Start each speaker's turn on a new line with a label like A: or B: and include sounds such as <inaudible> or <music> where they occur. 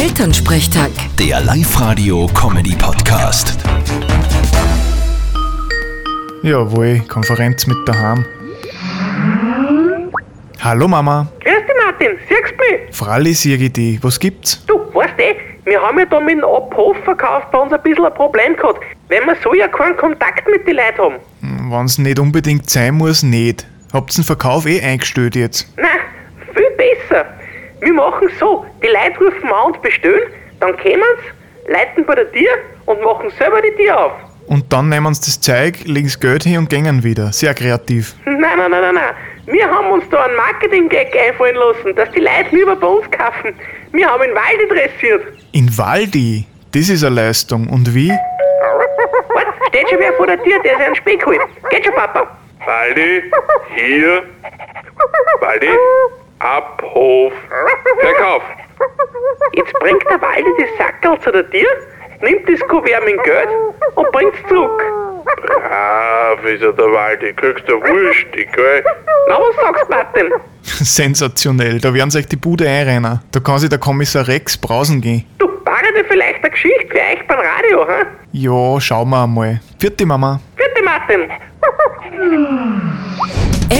A: Elternsprechtag.
B: Der Live-Radio-Comedy-Podcast.
C: Jawohl, Konferenz mit daheim. Hallo Mama,
D: Grüß dich, Martin. Siehst du mich?
C: Fralli siege die, was gibt's?
D: Du, weißt eh, wir haben ja da mit dem Abhofverkauf bei uns ein bisschen ein Problem gehabt, weil wir so ja keinen Kontakt mit den Leuten haben.
C: Hm, Wenn's nicht unbedingt sein muss, nicht. Habt's den Verkauf eh eingestellt jetzt?
D: Nein, viel besser. Wir machen so, die Leute rufen an und bestellen, dann kommen sie, leiten bei der Tür und machen selber die Tür auf. <laughs>
C: Und dann nehmen's das Zeug, legen's Geld hin und gängen wieder. Sehr kreativ.
D: Nein, nein, nein, nein, nein. Wir haben uns da einen Marketing-Gag einfallen lassen, dass die Leute lieber bei uns kaufen. Wir haben den Wald dressiert.
C: In Waldi, das ist eine Leistung. Und wie? <laughs>
D: Warte, Halt, steht schon wer vor der Tür, der seinen Speck holt. Geht schon, Papa.
E: Waldi, hier. Waldi, Abhof. Verkauf.
D: Jetzt bringt der Waldi das Sackerl zu der Tür, nimmt das Kuvert mit dem Geld und bringt's zurück.
E: Brav ist er Ah, der Waldi. Kriegst du Wurst, ich gell?
D: Na, was sagst du, Martin?
C: Sensationell, da werden sich die Bude einrennen. Da kann sich der Kommissar Rex brausen gehen.
D: Du, wäre dir vielleicht eine Geschichte für euch beim Radio, hä?
C: Ja, schauen wir einmal. Vierte Mama.
D: Bitte, Martin.